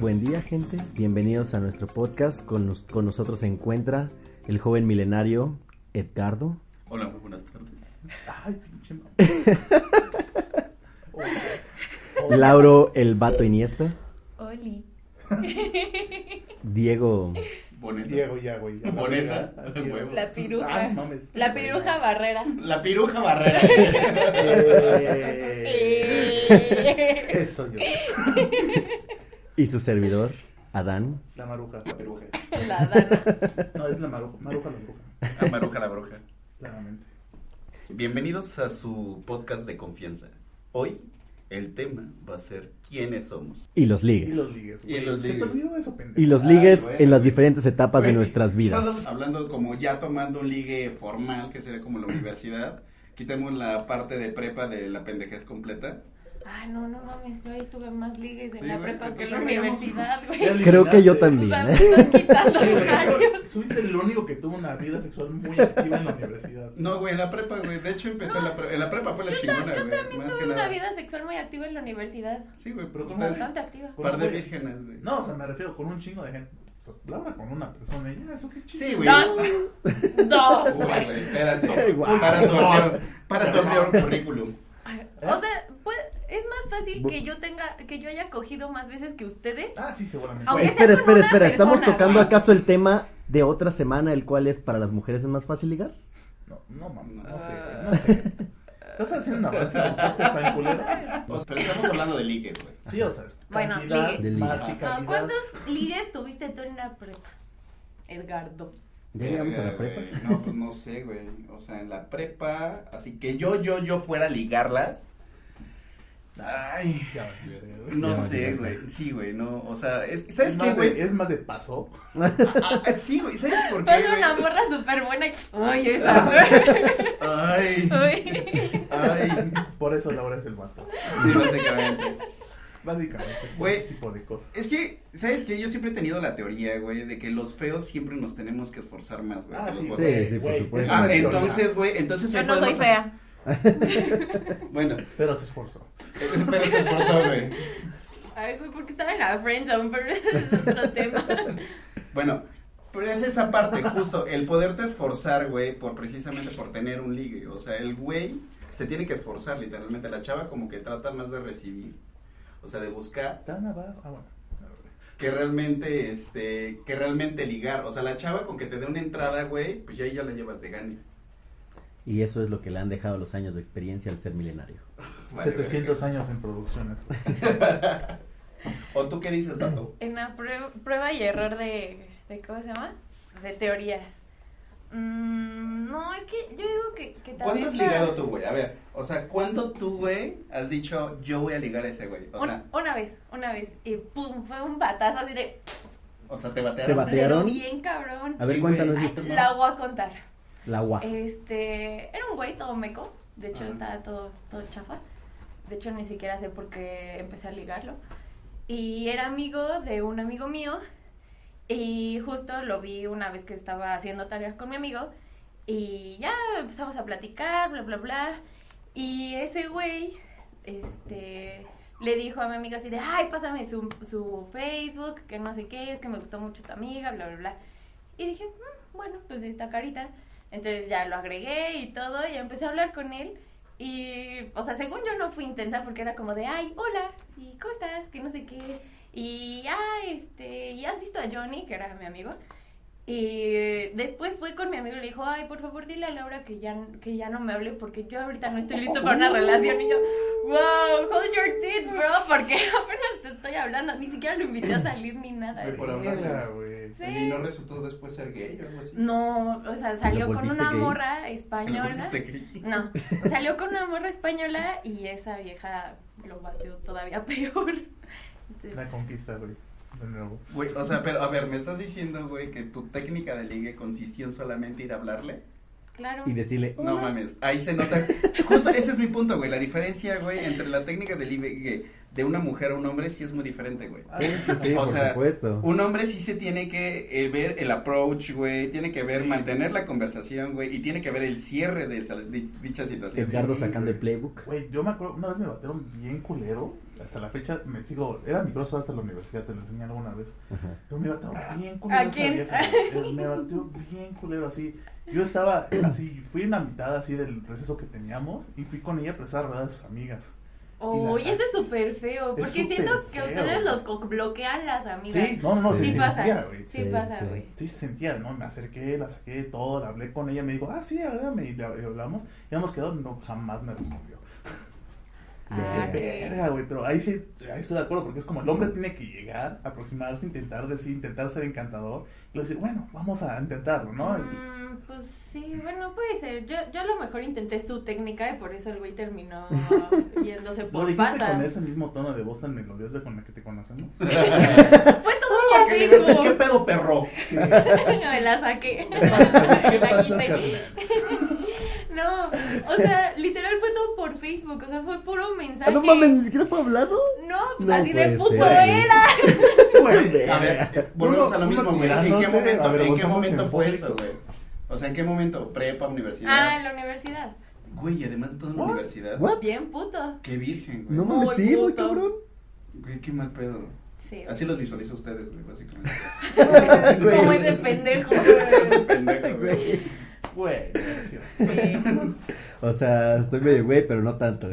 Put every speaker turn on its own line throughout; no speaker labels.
Buen día gente, bienvenidos a nuestro podcast. Con, nos- con nosotros se encuentra el joven milenario Edgardo.
Hola, muy buenas tardes.
Ay, pinche ma-
Lauro el Vato Iniesta.
Oli.
Diego.
Boneta.
Diego ya, güey. ya,
Boneta,
la Ah, verga,
huevo.
La piruja.
Ay, mames.
La piruja barrera.
La piruja barrera.
Eh,
Eh.
Eso yo.
Y su servidor, Adán.
La maruja.
la piruja.
La dana.
No, es la maruja. Maruja la bruja.
La maruja, la bruja.
Claramente.
Bienvenidos a su podcast de confianza. Hoy el tema va a ser quiénes somos.
Y los
Y
ligues.
los ligues. güey.
Y los
Se te
ligues.
olvidó eso, pendejo.
Y los
Ay,
ligues
bueno.
en las diferentes etapas de
Güey,
nuestras vidas.
Estamos hablando como ya tomando un ligue formal, que sería como la universidad. Quitemos la parte de prepa de la pendejez completa.
Ah, no, no mames. Yo ahí tuve más ligues en
Sí,
la
güey,
prepa que en la
entonces ahí vamos.
universidad,
Ya
güey.
le-
Creo que yo
O
también.
sea, me
¿eh?
están quitando
Sí, güey,
varios.
Fuiste el único que tuvo una vida sexual muy activa en la universidad.
No, güey, en la prepa, güey. De hecho, empezó en la prepa. En la prepa fue la chingona,
Yo
güey.
también
Más que
tuve una
nada.
vida sexual muy activa en la universidad.
Sí, güey, pero
Pero
ustedes.
¿cómo?
Un
Bastante activa.
par de
Güey.
vírgenes, güey.
No, o sea, me refiero con un chingo de gente. O sea, Laura con una persona y ya, eso qué chido.
Sí, güey.
Dos. Dos,
Uy,
güey.
güey, espérate.
Ay, guau.
Para tornear, para tornear un currículum.
O sea, pues, es más fácil que yo tenga, que yo haya cogido más veces que ustedes.
Ah, sí, seguramente.
Aunque-
Espera,
sea con
espera,
una
espera. ¿Estamos
persona,
tocando
güey.
acaso el tema de otra semana, el cual es para las mujeres es más fácil ligar?
No, no, mames, no sé, güey,
Ah.
no sé. Estás haciendo una frase de respuesta tan culera.
O sea, pero estamos hablando de ligues, E, güey.
Sí, o sea, es
Bueno,
cantidad
ligue.
De ligue.
más que
Ah,
calidad.
No, ¿Cuántos ligues tuviste tú en la prepa? Edgardo.
Ya llegamos a la
Verga,
prepa.
güey. No, pues no sé, güey. O sea, en la prepa, así que yo, yo, yo fuera a ligarlas. Ay,
Ya, güey.
no
Ya,
sé,
ya.
güey. Sí, güey, no. O sea, es,
Es
¿sabes qué,
más de-
güey?
Es más de paso.
Ah, ah, sí, güey, ¿sabes por qué?
Pasa
güey?
una morra súper buena. y- Ay, esa. güey.
Ay,
Ay.
ay.
Por eso Laura es el vato.
Sí, básicamente.
Básicamente, es por
Güey.
ese tipo de cosas.
Es que, ¿sabes qué? Yo siempre he tenido la teoría, güey, de que los feos siempre nos tenemos que esforzar más, güey. que los guapos.
Ah, Sí, sí, por
Ah, güey,
supuesto.
es
Ah,
una teoría,
entonces, güey, entonces
Yo
ahí
no soy
podemos-
fea.
Bueno,
Pero se esforzó.
pero se esforzó, güey.
Ay, güey, porque estaba en la friendzone, pero ese es otro tema.
Bueno, pero es esa parte, justo, el poderte esforzar, güey, por precisamente por tener un ligue. O sea, el güey se tiene que esforzar, literalmente. La chava como que trata más de recibir. O sea, de buscar
Tan abajo. Ah, bueno. A ver, güey.
que realmente, este, que realmente ligar. O sea, la chava con que te dé una entrada, güey, pues ya ahí ya la llevas de gane.
Y eso es lo que le han dejado los años de experiencia al ser milenario.
Vale,
700
verga.
años en producciones. güey.
¿O tú qué dices, vato?
En la prue- prueba y error de, de. ¿Cómo se llama? De teorías. Mm, no, es que yo digo que, que también.
¿Cuándo has
la-
ligado tú, güey? A ver, o sea, ¿cuándo tú, güey, has dicho, yo voy a ligar a ese güey? O sea,
Un- una vez, una vez. Y pum, fue un batazo así de.
o sea te batearon.
Te batearon.
pero Bien cabrón.
A ver, pues,
Sí,
cuéntanos
güey.
Ay,
esto.
la voy a contar.
La agua.
Este, era un güey todo meco, de hecho
Ajá.
estaba todo, todo chafa. De hecho ni siquiera sé por qué empecé a ligarlo. Y era amigo de un amigo mío y justo lo vi una vez que estaba haciendo tareas con mi amigo y ya empezamos a platicar, bla, bla, bla. Y ese güey, este, le dijo a mi amiga así de, ay, pásame su, su Facebook, que no sé qué, es que me gustó mucho tu amiga, bla, bla, bla. Y dije, "Mm, bueno, pues esta carita. Entonces ya lo agregué y todo, y empecé a hablar con él. Y, o sea, según yo no fui intensa porque era como de, ay, hola, y cómo "Ah, estás, que no sé qué. Y, ay, este, ¿y has visto a Johnny, que era mi amigo? Y eh, después fui con mi amigo y le dijo, ay, por favor, dile a Laura que ya, que ya no me hable porque yo ahorita no estoy listo para una relación. Y yo, wow, hold your tits, bro, porque apenas te estoy hablando. Ni siquiera lo invité a salir ni nada.
Ay, por
Verga,
hablarle.
güey.
Sí.
¿Y no resultó después ser gay o algo así?
No, o sea,
¿Lo
salió con
volviste
una
gay?
morra
¿Se lo
española.
volviste gay?
No, salió con una morra española y esa vieja lo batió todavía peor. Entonces,
La conquista, güey. De nuevo.
Güey, o sea, pero a ver, me estás diciendo, güey, que tu técnica de ligue consistió en solamente ir a hablarle.
claro.
Y decirle,
No
Hola.
mames, ahí se nota. Justo ese es mi punto, güey. La diferencia, güey, entre la técnica de ligue de una mujer a un hombre sí es muy diferente, güey.
Ah, sí, sí, sí,
O
por
sea,
supuesto.
Un hombre sí se tiene que eh, ver el approach, güey. Tiene que ver mantener la conversación, güey. Y tiene que ver el cierre de, esa- de dicha situación.
Edgardo
sí,
sacando
güey.
el playbook.
Güey, yo me acuerdo, una vez me batieron bien culero. Hasta la fecha me sigo. Era mi grosso hasta la universidad, te lo enseñé alguna vez.
Ajá.
Pero me batió bien culero.
Ah, ¿A
esa
quién?
vieja, güey. me batió bien culero así. Yo estaba así, fui en la mitad así del receso que teníamos y fui con ella a prestar ruedas de sus amigas.
Uy,
y la
ese es súper
Es
feo, porque
súper
siento que
feo.
ustedes los co- bloquean las amigas.
Sí, no, no, no,
Sí,
sí,
Sí
se
pasa,
sentía, güey.
sí
Sí, sí.
pasa, güey.
Sí, se sentía, ¿no? Me acerqué, la saqué, todo, la hablé con ella, me dijo, ah, sí, háblame, y le y hablamos, y hemos quedado, no, pues, jamás me respondió.
Ah,
Verga.
Verga, güey, pero ahí sí, ahí estoy de acuerdo, porque es como el hombre tiene que llegar, aproximarse, intentar decir, intentar ser encantador, y luego decir, bueno, vamos a intentarlo, ¿no?
Mm, pues sí, bueno, puede ser. Yo, yo a lo mejor intenté su técnica y por eso el güey terminó yéndose
Lo
por
dijiste con
patas.
ese mismo tono de voz tan melodioso con el que te conocemos.
Fue todo
Porque dijiste, ¿qué
lo mismo.
pedo, perro?
Sí.
Me la saqué.
¿Qué
Me la
pasó,
quité.
carnal?
No, o sea, literal fue todo por Facebook, o sea, fue puro mensaje.
Ah, no mames, ni siquiera fue hablado.
No, pues,
No
así de
puede
puto
ser.
era.
Güey, a ver, eh, volvemos
Uno-
a lo
uno
mismo, güey. ¿En qué
tirándose, a
momento,
ver,
¿en qué
volvemos
momento
en
fue
público.
eso, güey? O sea, ¿en qué momento? ¿Prepa,
Ah,
universidad?
en la universidad.
Güey, además de todo en la
What?
universidad.
What?
Bien puto.
Qué virgen, güey.
No mames,
Muy
sí, muy
puto.
cabrón.
Güey, qué mal pedo.
Sí.
Así los visualizo a ustedes, güey, básicamente.
güey.
Como ese pendejo. güey.
Pendejo, güey.
Güey, gracias.
Sí.
O sea, estoy medio güey, pero no tanto.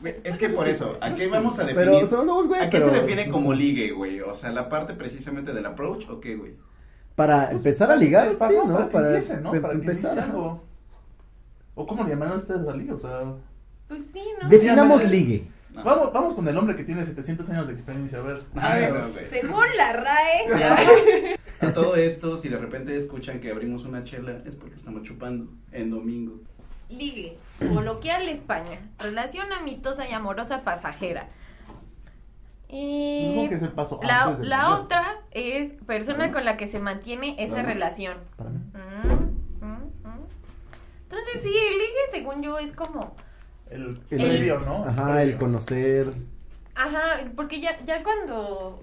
Güey, Es que por eso, ¿a qué vamos a definir?
Pero somos dos, güey.
¿A qué se
pero-
define como ligue, güey? O sea, la parte precisamente del approach o qué, güey.
Para empezar a ligar,
Pues, Para-
sí,
no,
¿no?
Para, que empiece, ¿no?
pe-
Para que
empezar.
inicie
ajá.
algo. ¿O cómo le llamaron ustedes al lío? O sea,
Pues sí, ¿no?
Definamos
Sí, ándale.
ligue.
No.
vamos, vamos con el hombre que tiene 700 años de experiencia, a ver.
A ver, no, güey.
Según la RAE.
Sí, a- A todo esto, si de repente escuchan que abrimos una chela, es porque estamos chupando en domingo.
Ligue, coloquial España, relación amistosa y amorosa pasajera. Y
Supongo que es el paso
la,
antes del
la
noviazgo.
otra es persona con la que se mantiene esa
Claro.
relación.
Para mí.
Mm, mm, mm. Entonces sí, el ligue según yo es como,
El,
El-
previo, ¿no?
Ajá, el
previo.
conocer.
ajá, porque ya, ya cuando,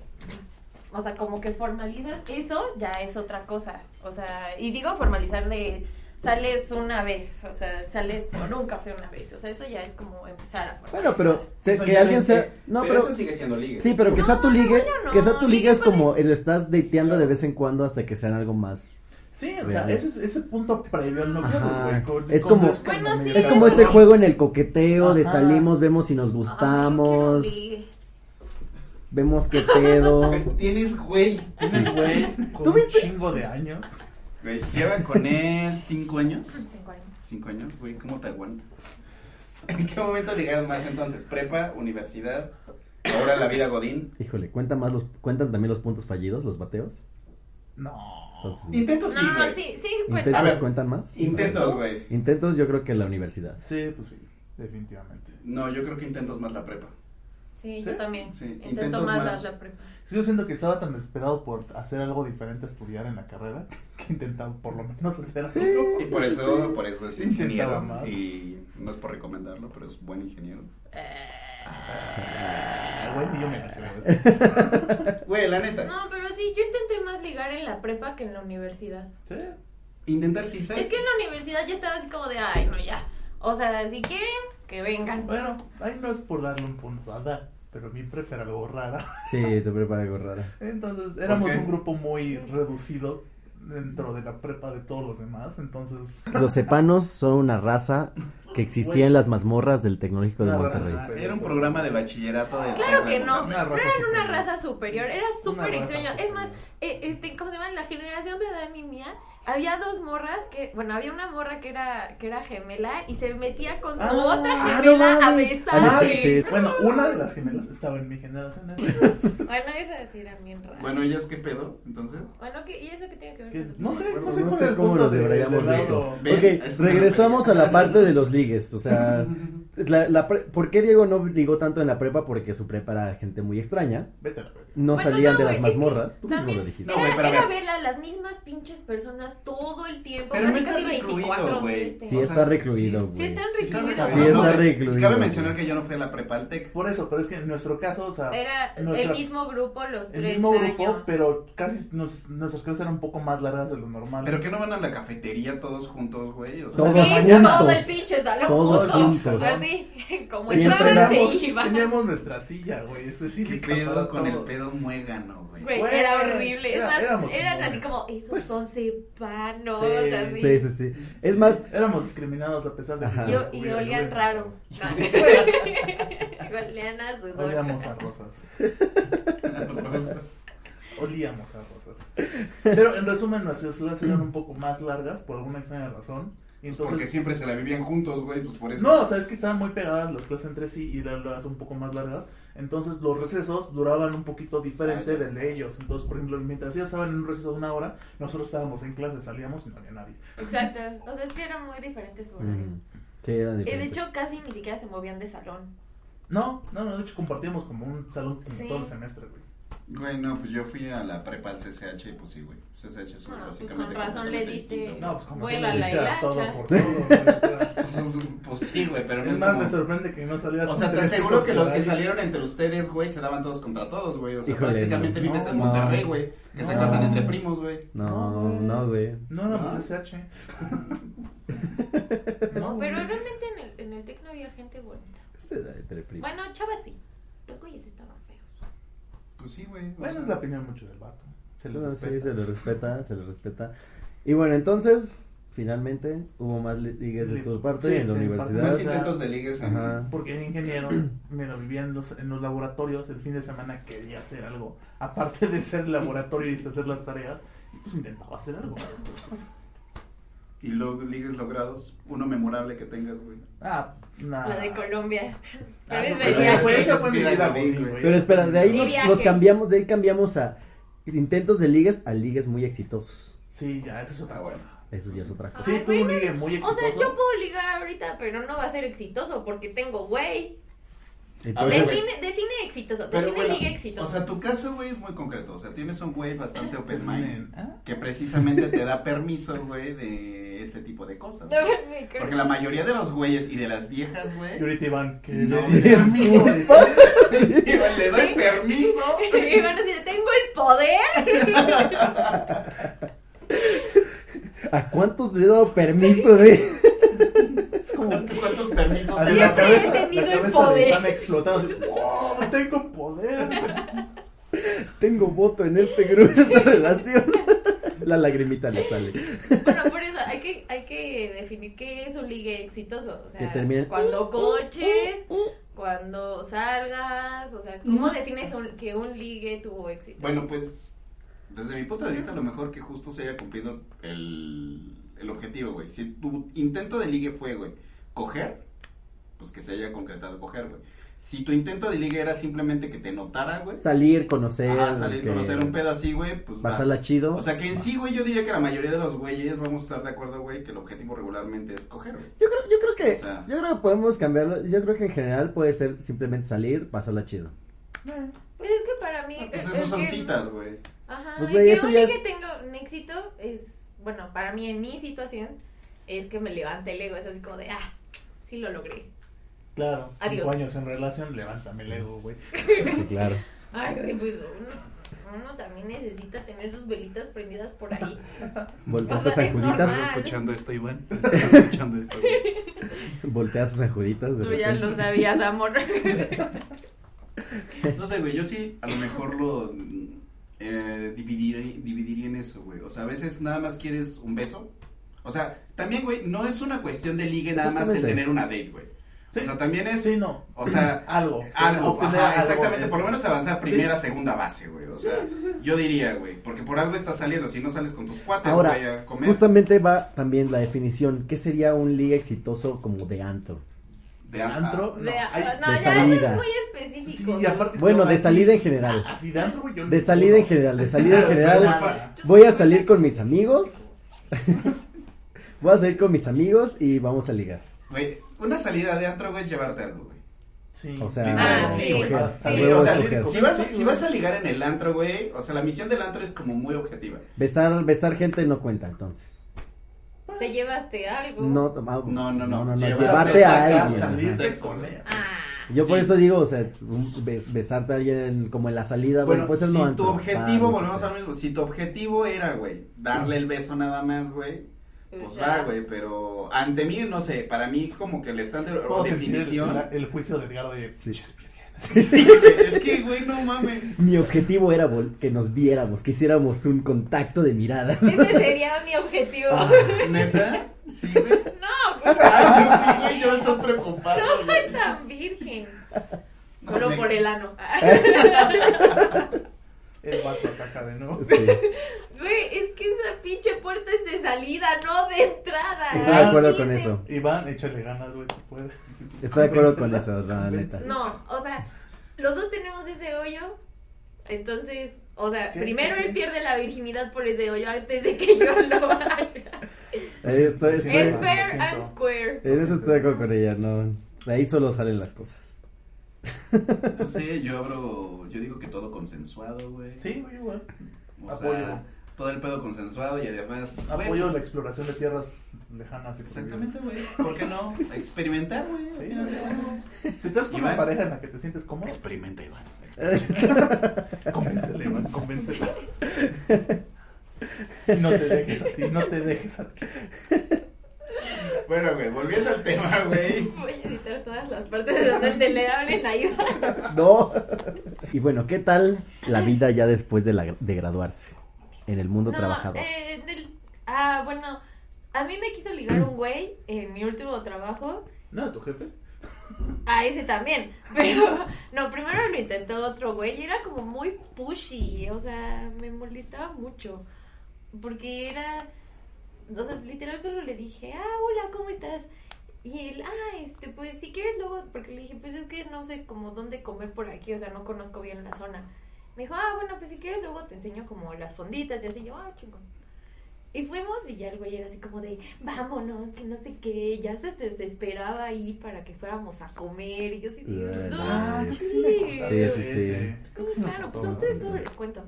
o sea, como que formalizan eso, ya es otra cosa. O sea, y digo formalizar de sales una vez, o sea, sales por un café una vez, o sea, eso ya es como empezar a formalizar.
Bueno, pero se-
Eso
que
ya
alguien
no-
sea.
eh,
No,
pero,
pero.
eso sigue siendo ligue.
Sí, pero que sea tu
No,
ligue.
según yo no.
Que sea tu ligue
Ligue
es
puede-
como el estás dateando de vez en cuando hasta que sean algo más.
Sí, o sea,
Real.
ese, es- ese punto previo al noviazgo,
Ajá.
güey. con-
Es
con
como-
descanso,
Bueno, sí,
medio
Es
tarde.
como ese
Ajá.
juego en el coqueteo de
Ajá.
salimos, vemos si nos
Ay, yo quiero
gustamos,
ligue.
vemos qué pedo.
Tienes, güey.
Tienes güey con
¿Tú
un
viste?
chingo de años.
Güey, llevan con él cinco años.
Cinco años.
Cinco años, güey, ¿cómo te aguanta? ¿En qué momento ligaron más entonces? ¿Prepa? ¿Universidad? ¿Ahora la vida Godín?
Híjole, cuenta más los, cuentan también los puntos fallidos, los bateos.
No.
Entonces,
Intentos sí,
no,
güey.
sí, sí,
intentos
cuenta.
A ver,
cuentan más.
Intentos, güey.
Intentos, yo creo que en la universidad.
Sí, pues sí, definitivamente.
No, yo creo que intentos más la prepa.
Sí,
¿Sí?
yo también.
Sí,
Intento
intentos
más,
más.
la prepa.
Sí, yo siento que estaba tan desesperado por hacer algo diferente a estudiar en la carrera que intentaba por lo menos hacer algo.
Y por eso, por eso es
Intentaba
ingeniero.
más.
Y no es por recomendarlo, pero es buen ingeniero.
Ah, güey, ni yo me la creo. ¿sí?
Güey, la neta.
No, pero sí, yo intenté más ligar en la prepa que en la universidad.
Sí.
Intentar sí, ¿sabes?
Es que en la universidad ya estaba así como de, ay, no, ya. O sea, si quieren, que vengan.
Bueno, ahí no es por darle un punto a dar, pero mi prepa era algo rara.
Sí, te prepara algo raro.
Entonces, éramos
qué?
un grupo muy reducido dentro de la prepa de todos los demás, entonces...
Los cepanos son una raza que existía en las mazmorras del Tecnológico de
Una raza
Monterrey.
superior.
Ah, Era un programa de bachillerato de...
Claro que no,
Una
no
raza
eran una
superior.
raza superior, era súper
raza
extraño. Es
superior.
más, eh, este, ¿cómo se llama? En La generación de Dani y mía, había dos morras que, bueno, había una morra que era, que era gemela y se metía con su
Ah,
otra
ah,
gemela
no
a
mames.
Ah,
besarse.
sí, sí.
Eh, Bueno, una de las gemelas estaba en mi generación. ¿eh?
Bueno, esas sí eran bien raras. Bueno,
Bueno, ellas qué pedo, entonces?
¿qué- ¿y eso qué tiene que ver
Que
con tu-
no sé, no sé
No
cuál
sé
es el
cómo
punto
nos
de-
debrayamos
del
de
lado-
esto.
Ven, es
Ok,
una
regresamos a
pelea.
la parte de los ligues. O sea, la- la pre- ¿por qué Diego no ligó tanto en la prepa? Porque su prepa era gente muy extraña.
Vete a la verga.
No
Bueno,
salían
Pues, no,
de
güey,
las
es que
mazmorras. Tú mismo
también
lo dijiste.
No, güey, pero
era
a
era
ver.
verla a las mismas pinches personas todo el tiempo.
Pero no
casi,
está
casi
recluido, güey.
24/7.
Sí,
O
está
sea,
recluido,
sí,
Sí,
güey.
están
Sí, está
recluidos.
Sí,
No
está
sé,
recluido,
Cabe
güey.
mencionar que yo no fui a la prepa al TEC.
Por eso, pero es que en nuestro caso, o sea,
Era
nuestra-
el mismo grupo los
el
tres
mismo grupo,
años.
pero casi nos- nuestras clases eran un poco más largas de lo normal.
¿Pero que no van a la cafetería todos juntos, güey? O sea,
Todos
Sí,
juntos.
todo el pinche salón
Todos
junto.
juntos.
Así, como
Siempre
entraban, se
teníamos,
iban.
teníamos nuestra silla, güey,
¿Qué
específica.
pedo
para
con el
todo.
pedo muégano, güey?
Güey,
Güey,
era horrible. Es
era-
más,
éramos
eran así
pobres.
como, esos son cebanos,
Sí.
así.
Sí, sí, sí. Es más,
Éramos discriminados a pesar de que...
Ajá.
Y,
se
y
hubiera-
olían
hubiera-
raro. Ah. olían a sudor.
Olíamos a rosas.
Rosas.
Olíamos a rosas. Pero en resumen, nuestras clases eran un poco más largas por alguna extraña razón. Y
Pues Porque
entonces...
siempre se la vivían juntos, güey, pues por eso.
No, o sea, es que estaban muy pegadas las clases entre sí y las largas un poco más largas. Entonces los recesos duraban un poquito diferente
Ah, ya.
del de ellos. Entonces, por ejemplo, mientras ellos estaban en un receso de una hora, nosotros estábamos en clase, salíamos y no había nadie.
Exacto. O sea, es que era muy diferente su horario.
mm, sí, era
Y Eh, de
diferente.
hecho, casi ni siquiera se movían de salón.
No, no, no, de hecho compartíamos como un salón como
Sí.
todo el semestre, güey.
Güey, no, pues yo fui a la prepa al CCH y pues sí, güey. CCH es
Ah, pues,
básicamente.
con razón le
completamente
diste.
distinto.
No, pues como
Vuela
que
la
hiciera
hilacha.
todo por todo, güey, o sea.
Pues, es un- pues sí, güey, pero no
es
es
más,
como-
me sorprende que no salieras
O
con
sea, te
tres
aseguro
hijos
que los
por
que
ahí.
salieron entre ustedes, güey, se daban todos contra todos, güey. O sea,
Híjole,
prácticamente
no.
vives en
No,
Monterrey, güey. Que se
no.
casan entre primos, güey.
No, no, güey.
No, no,
Ah.
pues SH.
No,
güey.
pero realmente en el, en el TEC no había gente bonita.
Se da entre primos.
Bueno, chavas sí. Los güeyes estaban feos.
Pues sí, güey. o
Bueno,
sea.
es la opinión mucho del vato. Se lo
No, sí,
respeta.
se le respeta, se le respeta. Y bueno, entonces, finalmente, hubo más li- ligues de
Li-
tu parte
sí,
en la
de mi
universidad.
parte.
Más intentos de ligues. ajá.
Ajá.
Porque el ingeniero, me lo vivía en los, en los laboratorios, el fin de semana quería hacer algo. Aparte de ser laboratorio y hacer las tareas, pues intentaba hacer algo.
Y luego ligues logrados. Uno memorable que tengas, güey.
Ah, nada.
La de Colombia.
Ah,
Pero
no,
es
pero
de
esa-
allá.
fue-
esa
esa
fue
es
mi
vida
vida
godín,
godín,
güey.
Pero espera, de ahí
Mi
nos,
viaje.
nos cambiamos, de ahí cambiamos a intentos de ligues a ligues muy exitosos.
Sí, ya, eso es otra cosa.
Eso ya es otra cosa.
Ah, Ay,
Sí, tuve
güey,
un
no-
ligue muy
O
exitoso.
sea, yo puedo ligar ahorita, pero no va a ser exitoso porque tengo güey.
A
Entonces,
ver, güey.
Define, define exitoso,
Pero
define
bueno,
liga exitoso.
o sea, tu caso, güey, es muy concreto. O sea, tienes un güey bastante open mind
Ah,
que precisamente te da permiso, güey, de este tipo de cosas.
No,
güey.
me creo.
Porque la mayoría de los güeyes y de las viejas, güey,
Y ahorita Iván, que
No,
le dices,
disculpa.
"Permiso, güey".
Iván, le doy permiso.
Y van a decir, tengo el poder.
¿a cuántos le he dado permiso de...?
Es como
¿Cuántos permisos
Así
te
la
Siempre
da?
he
cabeza-
tenido
la
el
cabeza de
poder.
Iván explotando, así, "Wow, tengo poder.
Tengo voto en este grupo, en esta relación. La lagrimita le sale.
Bueno, por eso hay que, hay que definir qué es un ligue exitoso. O sea,
Que termine-
cuando coches, cuando salgas, o sea, ¿cómo defines un- que un ligue tuvo éxito?
Bueno, pues, desde mi punto de vista, a lo mejor que justo se haya cumplido el, el objetivo, güey. Si tu intento de ligue fue, güey, coger, pues que se haya concretado coger, güey. Si tu intento de ligue era simplemente que te notara, güey,
Salir, conocer...
ah, salir,
que-
conocer un pedo así, güey, pues va.
Pasarla chido.
O sea que en sí, güey, yo diría que la mayoría de los güeyes vamos a estar de acuerdo, güey, que el objetivo regularmente es coger, güey.
Yo creo, yo creo que,
O sea-
yo creo que podemos cambiarlo. Yo creo que en general puede ser simplemente salir, pasarla chido.
Pues es que para mí.
Pues
es-
esos
es
son
que-
citas, güey.
Ajá,
Pues,
y
güey,
que
eso
un
ya
ligue
es-
tenga un éxito es. Bueno, para mí, en mi situación, es que me levante el ego. Es así como de, ah, sí lo logré.
Claro,
Adiós.
cinco años en relación, levántame el ego, güey.
Sí, claro.
Ay, güey, pues uno, uno también necesita tener sus velitas prendidas por ahí.
Voltea
O
a
sea,
sus
es normal.
anjuditas.
escuchando
esto, Iván? ¿Estás escuchando esto,
Voltea a sus anjuditas. de
Tú ya
repente.
lo sabías, amor.
No sé, güey, yo sí a lo mejor lo mm, eh, dividiré, dividiría en eso, güey. O sea, a veces nada más quieres un beso O sea, también, güey, no es una cuestión de ligue nada más el
Exactamente.
tener una date, güey.
Sí.
O sea, también es...
Sí, no.
O sea,
Algo.
Algo,
Obtener
ajá,
algo,
exactamente,
es-
por lo menos avanzar primera,
Sí.
segunda base, güey. O sea, yo diría, güey, porque por algo estás saliendo, si no sales con tus cuates, güey,
Ahora,
a comer.
justamente va también la definición. ¿Qué sería un liga exitoso como de antro?
de
antro. No,
De-
hay-
no,
de
ya eso
salida.
es muy específico.
Sí, y aparte-
Bueno,
No,
de
así-
salida en general.
Así de antro, güey, yo
Ah, De salida en general, Ah, de salida en general. Voy a salir con mis amigos. Voy a salir con mis amigos y vamos a ligar.
Güey, una salida de antro, güey, es llevarte algo, güey.
Sí.
O sea,
Ah,
eh,
sí,
coger.
güey.
A
Sí,
huevo
o
es
sea,
coger.
si vas, a, si vas a ligar en el antro, güey, o sea, la misión del antro es como muy objetiva.
Besar, besar gente no cuenta entonces.
Te llevaste algo.
No, ah,
No, no, no. Llevarte
Llevarte a
sexo,
alguien.
salir.
ajá.
Saliste con ella.
Ah,
Yo por
Sí.
eso digo, o sea, un be- besarte a alguien en- como en la salida, bueno, pues es
si
no
tu
antro,
objetivo,
bar,
volvemos
no sé.
al mismo, si tu objetivo era, güey, darle el beso nada más, güey, pues
Eh, Ya.
va, güey, pero ante mí, no sé, para mí como que el estándar o
Puedo sentir el-
definición...
la- El juicio de Edgardo de.
Sí.
"Pinches piernas".
es que, güey, no mames.
Mi objetivo era vol- que nos viéramos, que hiciéramos un contacto de miradas.
Ese sería mi objetivo.
Ah.
¿Neta? Sí, güey.
No, güey.
Ay, sí, güey, yo estoy preocupado.
No soy
güey.
tan virgen.
No,
Solo
me-
por el ano.
El vato ataca de nuevo.
Sí,
Güey, es que esa pinche puerta es de salida, no de entrada.
estoy de acuerdo con eso.
Iván, échale ganas, güey, si puedes.
Estoy de acuerdo con
Convéncela,
eso, la neta.
convéncela.
No, o sea, los dos tenemos ese hoyo. Entonces, o sea,
¿Qué?
primero él pierde la virginidad por ese hoyo antes de que yo lo haga.
Eh, Estoy,
Sí,
estoy-
Es
lo
fair
siento.
and square.
en eso estoy de acuerdo con ella, no. Ahí solo salen las cosas.
No sé, yo abro, yo digo que todo consensuado, güey.
Sí, güey, igual.
O
apoyo.
sea, todo el pedo consensuado y además, güey,
Apoyo
pues,
la exploración de tierras lejanas. y
Exactamente, güey. ¿Por qué no? Experimentar, güey. al
Sí,
final de
güey.
cuentas.
prohibidas. Si estás con una
Iván.
pareja en la que te sientes cómodo,
Experimenta, Iván.
convéncele, Iván, convéncele. No te dejes a ti, no te dejes a ti.
Bueno, güey, volviendo al tema, güey.
Voy a editar todas las partes de donde te le hablen a Iván.
No. Y bueno, ¿qué tal la vida ya después de, la- de graduarse? En el mundo trabajador.
eh, en el- ah, bueno, a mí me quiso ligar un güey en mi último trabajo.
No, tu jefe.
A ese también. Pero, no, primero lo intentó otro güey y era como muy pushy. O sea, me molestaba mucho. Porque era. O sea, literal solo le dije, ah, hola, ¿cómo estás? Y él, ah, este, pues si quieres luego. Porque le dije, pues es que no sé como dónde comer por aquí. O sea, no conozco bien la zona. Me dijo, ah, bueno, pues si quieres luego te enseño como las fonditas y así. Yo, ah, chingón. Y fuimos y ya el güey era así como de, vámonos, que no sé qué, ya se desesperaba ahí para que fuéramos a comer. Y yo así, de,
Ay,
no,
Ah,
sí,
creo
sí me
Sí,
contaste
sí,
de
sí.
ese.
Sí,
Creo que sí me
claro, pues
contó.
son tres les cuento.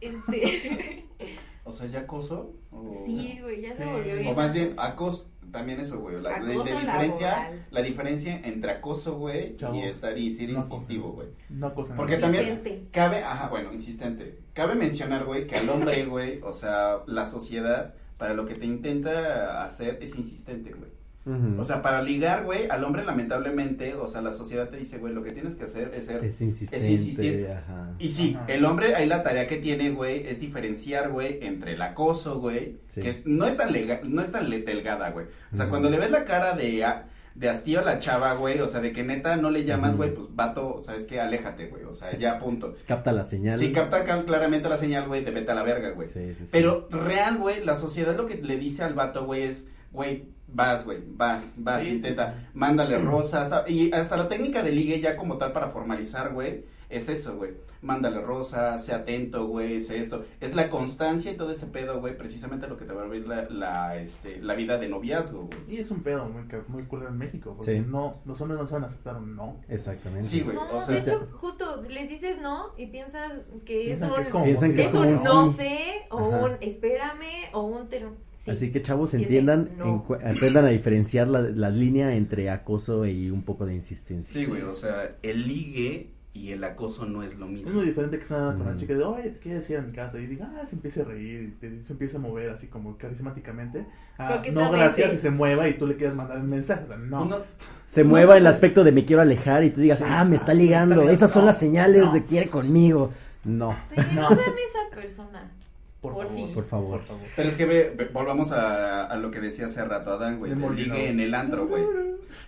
Este,
O sea, ¿ya acoso? O...
sí, güey, ya se
Sí.
volvió bien.
Oh. O más bien, acoso, también eso, güey. La, la- la
Acoso
diferencia,
laboral.
la diferencia entre acoso, güey,
Chavo,
y estar y ser
no acoso.
insistivo, güey.
No cosa
Porque
nada.
también
Insistente.
cabe, ajá, bueno, insistente. Cabe mencionar, güey, que al hombre, güey, o sea, la sociedad, para lo que te intenta hacer es insistente, güey.
Ujú.
O sea, para ligar, güey, al hombre lamentablemente, o sea, la sociedad te dice, güey, lo que tienes que hacer es ser...
es insistente.
insistente.
ajá.
Y sí,
Ajá.
el hombre ahí la tarea que tiene, güey, es diferenciar, güey, entre el acoso, güey,
Sí.
que es- no es tan lega- no es tan le- delgada, güey. O sea,
Ujú.
cuando le ves la cara de, a- de hastío a la chava, güey, o sea, de que neta no le llamas,
Ujú.
güey, pues vato, ¿sabes qué? Aléjate, güey, o sea, ya punto.
Capta la señal.
Si capta cal- claramente la señal, güey, te vete a la verga, güey.
Sí, sí, sí.
Pero real, güey, la sociedad lo que le dice al vato, güey, es, güey, vas, güey, vas, vas,
Sí, sí,
intenta, mándale rosas. ah, Y hasta la técnica de ligue ya como tal para formalizar, güey, es eso, güey. Mándale rosas, sé atento, güey, sé esto. Es la constancia y todo ese pedo, güey, precisamente lo que te va a abrir la, la, este, la vida de noviazgo, güey.
Y es un pedo muy, ca- muy cool en México. Porque
Sí.
no, los hombres no saben aceptar un no.
Exactamente.
Sí, güey,
No,
o
de
sea,
hecho, justo les dices no y piensas que es
Piensan que
un,
es como-
Piensan que
es un
como
no
sí.
sé, o
Ajá.
un espérame, o un te- sí.
Así que chavos,
Y es de,
entiendan,
no.
en cu- aprendan a diferenciar la, la línea entre acoso y un poco de insistencia.
sí, güey, o sea, el ligue y el acoso no es lo
Es
mismo.
muy diferente que sea con una
Ujú.
chica de, oye, te quieres ir a mi casa. Y diga, ah, se empieza a reír, y te- se empieza a mover así como carismáticamente. Ah, no,
Coquetamente.
gracias, y se mueva y tú le quieres mandar un mensaje. O sea, no.
Uno-
Se
No,
mueva
no
el
sé.
aspecto de me quiero alejar y tú digas,
Sí.
ah, me está
Ah,
ligando.
está ligando.
Esas son las señales
No.
de quiere conmigo. No.
Sí, no
No.
sean esa persona.
Por,
Por
favor.
fin.
Por favor.
Por favor.
Pero es que ve, ve- volvamos a, a lo que decía hace rato Adán, güey.
Me
El
emocionó.
ligue en el antro, güey.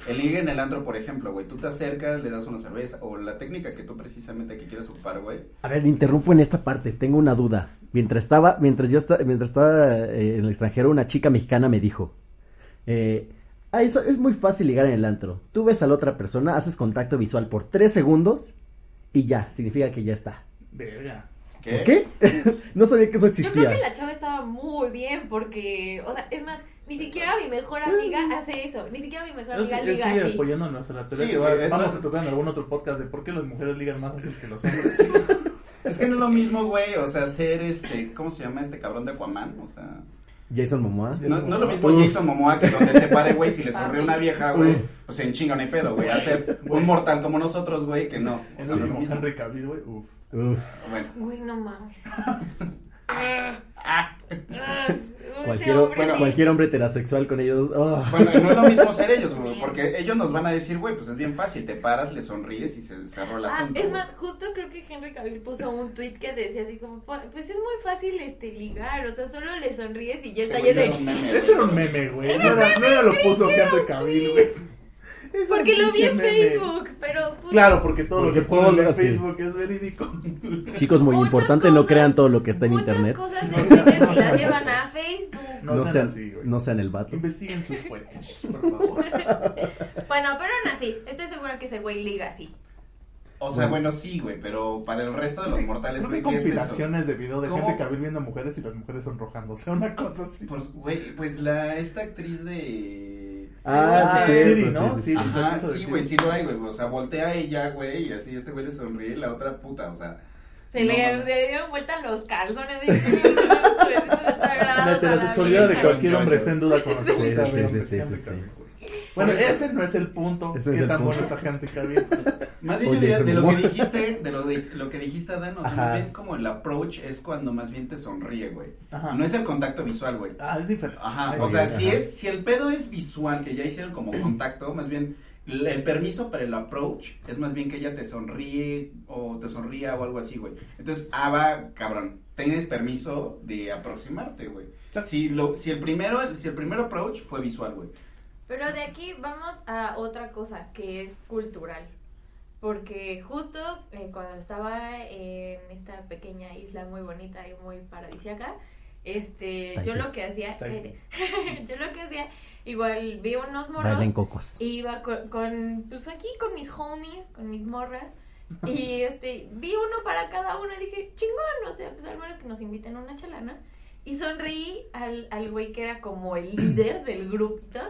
El ligue en el antro, por ejemplo, güey. Tú te acercas, le das una cerveza. O la técnica que tú precisamente que quieres ocupar, güey.
A ver, interrumpo en esta parte, tengo una duda. Mientras estaba, mientras yo esta- mientras estaba eh, en el extranjero, una chica mexicana me dijo, eh, "Ah, eso es muy fácil ligar en el antro. Tú ves a la otra persona, haces contacto visual por tres segundos y ya, significa que ya está.
Verga.
¿Qué?
¿Qué? no sabía que eso
Yo creo
existía.
que la chava estaba muy bien porque, o sea, es más, ni siquiera mi mejor amiga hace eso, ni siquiera mi mejor
Yo,
amiga
sí- yo
liga
sigue
así.
apoyando a nuestra teoría.
Sí,
que
güey,
Vamos
no-
a tocar en algún otro podcast de por qué las mujeres ligan más fácil que los hombres.
Es que no es lo mismo, güey. O sea, ser este. ¿Cómo se llama este cabrón de Aquaman? O sea.
Jason Momoa.
No, no es lo mismo
Uf.
Jason Momoa que donde se pare, güey, si le sonríe una vieja, güey, pues en chinga no hay pedo, güey. Hacer un mortal como nosotros, güey, que no. O
Es
sea, no
el
es lo
mismo
mismo.
Henry Cavill, güey. Uf.
Uf.
Bueno,
Güey, no mames. Ah, ah, ese
Cualquier,
hombre
bueno,
sí.
cualquier hombre heterosexual con ellos. ah.
bueno, no es lo mismo ser ellos, güey, porque ellos nos van a decir, güey, pues es bien fácil, te paras, le sonríes y se cerró el
Ah,
asunto.
es
güey.
más, justo creo que Henry Cavill puso un tweet que decía así como, pues es muy fácil este ligar, o sea, solo le sonríes y ya está,
Según
ya
yo
de...
era un meme,
Ese era
güey.
un meme, güey. No era, no era lo puso Henry Cavill, güey. Es un
Porque lo vi
pinche
en
meme.
Facebook, pero... pues,
Claro, porque todo
Porque
lo que ponen
todo,
en
sí.
Facebook es verídico.
Chicos, muy
muchas
importante, no
cosas-
crean todo lo que está en
muchas
internet.
cosas de Twitter se las llevan a Facebook.
No
No,
sean
sean,
así, güey.
no sean el vato.
Investiguen sus fuentes, por favor.
Bueno, pero aún así, estoy segura que ese güey liga así.
O sea, bueno, sí, güey, pero para el resto de los mortales,
Creo que
güey, ¿qué es eso?
compilaciones de video de
¿Cómo?
gente Cavill viendo mujeres y las mujeres sonrojándose, una cosa así.
Pues, güey, pues la, esta actriz de...
Ah,
Ah,
sí,
Siri,
cierto, sí,
¿no?
sí,
Siri.
sí.
Ajá,
Eso de
sí, güey, sí lo hay, güey, o sea, voltea a ella, güey, y así este güey le sonríe y la otra puta, o sea...
Se
No
le,
mames.
le dieron vuelta los calzones. Pues, De 360 grados
La
a
heterosexualidad
la
de
vieja.
cualquier
Yo,
hombre
yo.
está en duda con lo que
Sí,
ahorita
sí,
veo
sí,
de
sí,
Henry
sí,
Cavill,
sí.
güey. Bueno,
Por eso-
ese no es el punto.
Ese es
Qué
el
tan
punto.
bueno está Henry Cavill.
Más bien
Oye,
yo diría,
ese
de lo que
humor.
dijiste, de lo, de, lo que dijiste, Dan, o sea,
Ajá.
más bien como el approach es cuando más bien te sonríe, güey.
Ajá.
No es el contacto visual, güey.
Ah, es diferente.
Ajá,
Ay,
o
sí,
sea,
ajá.
si es, si el pedo es visual, que ya hicieron como contacto, más bien el el permiso para el approach es más bien que ella te sonríe o te sonría o algo así, güey. Entonces, ah, va, cabrón, tienes permiso de aproximarte, güey. Si lo, si el primero, si el primer approach fue visual, güey.
Pero de aquí vamos a otra cosa que es cultural. Porque justo eh, cuando estaba en esta pequeña isla muy bonita y muy paradisiaca, este, yo
Tahití.
lo que hacía,
Tahití.
yo lo que hacía, igual vi unos moros
Bailen cocos.
Iba con, con, pues aquí con mis homies, con mis morras. Y este, vi uno para cada uno y dije, chingón, o sea, pues al menos que nos inviten a una chalana. Y sonreí al, al güey que era como el líder del grupito.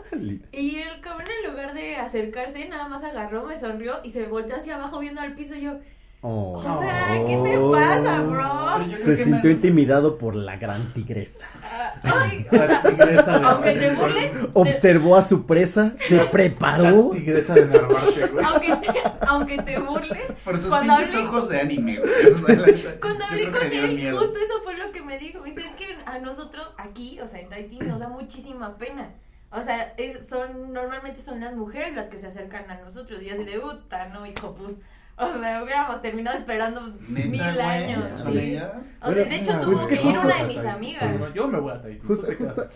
Y el cabrón, en lugar de acercarse, nada más agarró, me sonrió y se volteó hacia abajo viendo al piso. Y yo,
Oh.
o sea, ¿qué te pasa,
Pero
bro?
yo creo
Se
que
sintió
más-
intimidado por la gran tigresa.
Ah, Ay, o
La
sea,
tigresa de
aunque te burles,
Observó a su presa, se preparó.
La tigresa de Narvarte, güey.
aunque te, aunque te burles,
Por sus
Cuando
pinches
hablé-
ojos de anime, güey. O sea, la neta,
Cuando
yo
hablé
creo que
con
le dieron
él,
miedo.
justo eso fue lo que me dijo. Me dice, es que a nosotros aquí, o sea, en Tahití, nos da muchísima pena. O sea, es- son, normalmente son las mujeres las que se acercan a nosotros. Y así de, puta, no, hijo, pues, o sea, hubiéramos terminado esperando
Neta,
mil
güey,
años.
¿Son
sí.
ellas?
O sea, de hecho,
Bueno,
tuvo
pues,
que
¿qué
ir
cosa,
una de mis
Tahití?
amigas.
Sí, no, yo me voy a Tahití.
Justa-
tú te quedas.
justa-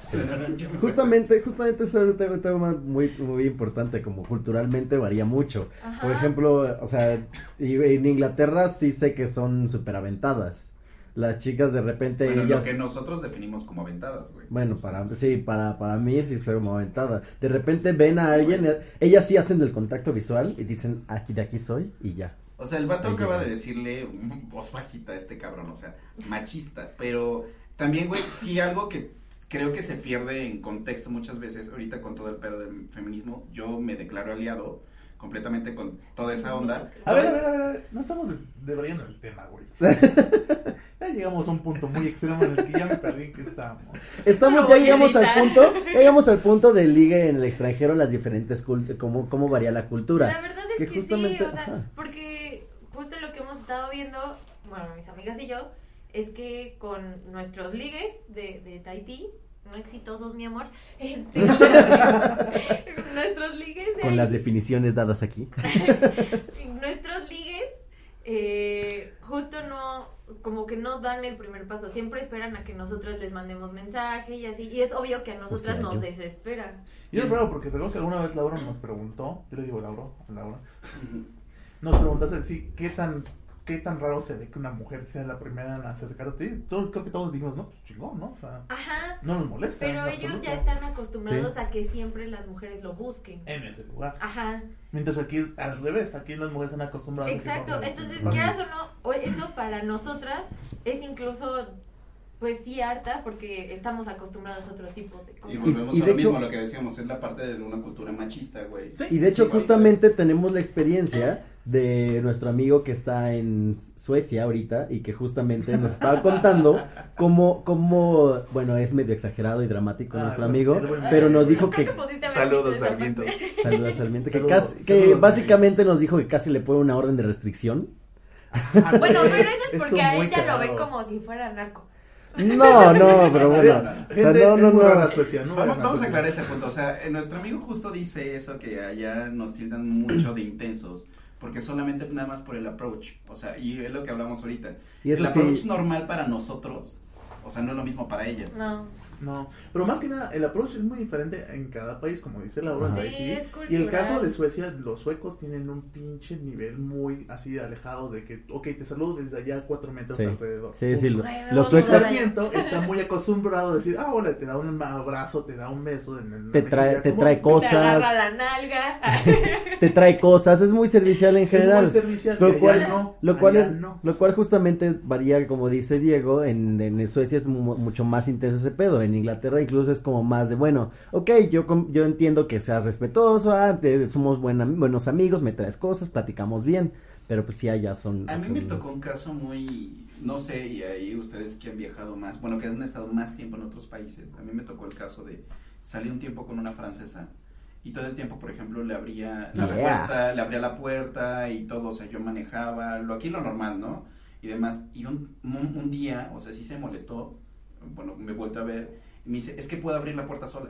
Justamente, justamente eso es un tema muy, muy importante, como culturalmente varía mucho.
Ajá.
Por ejemplo, o sea, y- en Inglaterra sí sé que son súper aventadas. Las chicas de repente
Bueno,
ellas...
lo que nosotros definimos como aventadas, güey.
Bueno, para, sí, para, para mí sí soy como aventada. De repente ven a alguien, eh, ellas sí hacen el contacto visual y dicen, aquí de aquí soy y ya.
O sea, el vato
Ahí
acaba
llega.
de decirle mm, voz bajita a este cabrón, o sea, machista. Pero también, güey, sí algo que creo que se pierde en contexto muchas veces, ahorita con todo el pedo del feminismo, yo me declaro aliado completamente con toda esa onda.
A ver, a ver, a ver, a ver, no estamos des- debrayando el tema, güey. ya llegamos a un punto muy extremo en el que ya me perdí en qué estábamos.
Estamos,
Lo
ya
voy a
llegamos al
editar.
punto, ya llegamos al punto de ligue en el extranjero, las diferentes culturas, cómo, cómo varía la cultura.
La verdad es que, sí, o sea,
ajá.
porque justo lo que hemos estado viendo, bueno, mis amigas y yo, es que con nuestros ligues de, de Tahití, no exitosos, mi amor, este, nuestros ligues de
con las
ahí-
definiciones dadas aquí.
nuestros ligues, eh, justo no, como que no dan el primer paso, siempre esperan a que nosotras les mandemos mensaje y así, y es obvio que a nosotras
sea,
nos
yo-
desespera.
Y es raro porque creo que alguna vez Laura nos preguntó, yo le digo Laura, Laura, nos preguntaste sí, qué tan qué tan raro se ve que una mujer sea la primera en acercarte. Todos- creo que todos dijimos, no, pues chingón, ¿no? O sea,
Ajá,
no nos molesta.
pero
en
ellos
absoluto.
ya están acostumbrados
Sí.
a que siempre las mujeres lo busquen.
en ese lugar.
Ajá,
Mientras aquí es al revés, aquí las mujeres están acostumbradas. a que
exacto.
no-
Entonces,
Ajá.
quieras o no, o- eso para nosotras es incluso, pues sí, harta, porque estamos acostumbradas a otro tipo de
Y
cosas.
volvemos
Y- y
a
de
lo mismo,
hecho-
lo que decíamos, es la parte de una cultura machista, güey.
Sí.
Y de hecho,
Sí, güey.
justamente tenemos la experiencia de nuestro amigo que está en Suecia ahorita y que justamente nos estaba contando cómo, cómo bueno, es medio exagerado y dramático
Ah,
nuestro
el-
amigo,
el buen-
pero nos dijo que...
Creo que pudiste haber
Saludos,
visto esa
Sarmiento.
parte.
Saludos, Sarmiento, que,
Saludos,
casi- que
saludos,
básicamente nos dijo que casi le pone una orden de restricción.
Ah,
Bueno,
güey,
pero eso es porque
estuvo
a
muy
él ya lo ven
cagado.
como si fuera narco.
No, no, pero bueno. O sea,
Gente,
no, no,
es muy rara
no.
Suecia, ¿no?
Vamos,
Vayan
vamos a
Suecia.
aclarar ese punto. O sea, eh, nuestro amigo justo dice eso que allá nos tildan mucho de intensos. Porque solamente nada más por el approach. O sea, y es lo que hablamos ahorita.
Y eso
el approach
sí,
normal para nosotros. O sea, no es lo mismo para ellas.
No.
No, pero más que nada, el approach es muy diferente en cada país, como dice Laura.
Sí,
de aquí.
es
y el
cultural.
caso de Suecia, los suecos tienen un pinche nivel muy así alejado de que, ok, te saludo desde allá a cuatro metros
Sí.
alrededor.
sí, sí, lo-
Bueno,
los
vamos a
Lo
suecos
ver.
siento, Pues está muy acostumbrado a decir, ah, hola, te da un abrazo, te da un beso. En, en la
Te trae-
mejilla,
te
como-
trae
es
Te agarra
Cosas.
la nalga.
te trae cosas, es muy servicial en
muy
general.
servicial,
Lo
allá
cual,
no,
lo, cual
allá
es-
no.
lo cual justamente varía, como dice Diego, en, en Suecia es mu- mucho más intenso ese pedo. En Inglaterra incluso es como más de, bueno, ok, yo, com- yo entiendo que seas respetuoso, ah, te- somos buena- buenos amigos, me traes cosas, platicamos bien, pero pues sí, allá son...
A mí
son-
me tocó un caso muy, no sé, y ahí ustedes que han viajado más, bueno, que han estado más tiempo en otros países, a mí me tocó el caso de, salí un tiempo con una francesa y todo el tiempo, por ejemplo, le abría
Yeah.
la puerta, le abría la puerta y todo, o sea, yo manejaba, lo aquí lo normal, ¿no? Y demás, y un, un, un día, o sea, sí se molestó, bueno, me vuelto a ver, y me dice, es que puedo abrir la puerta sola.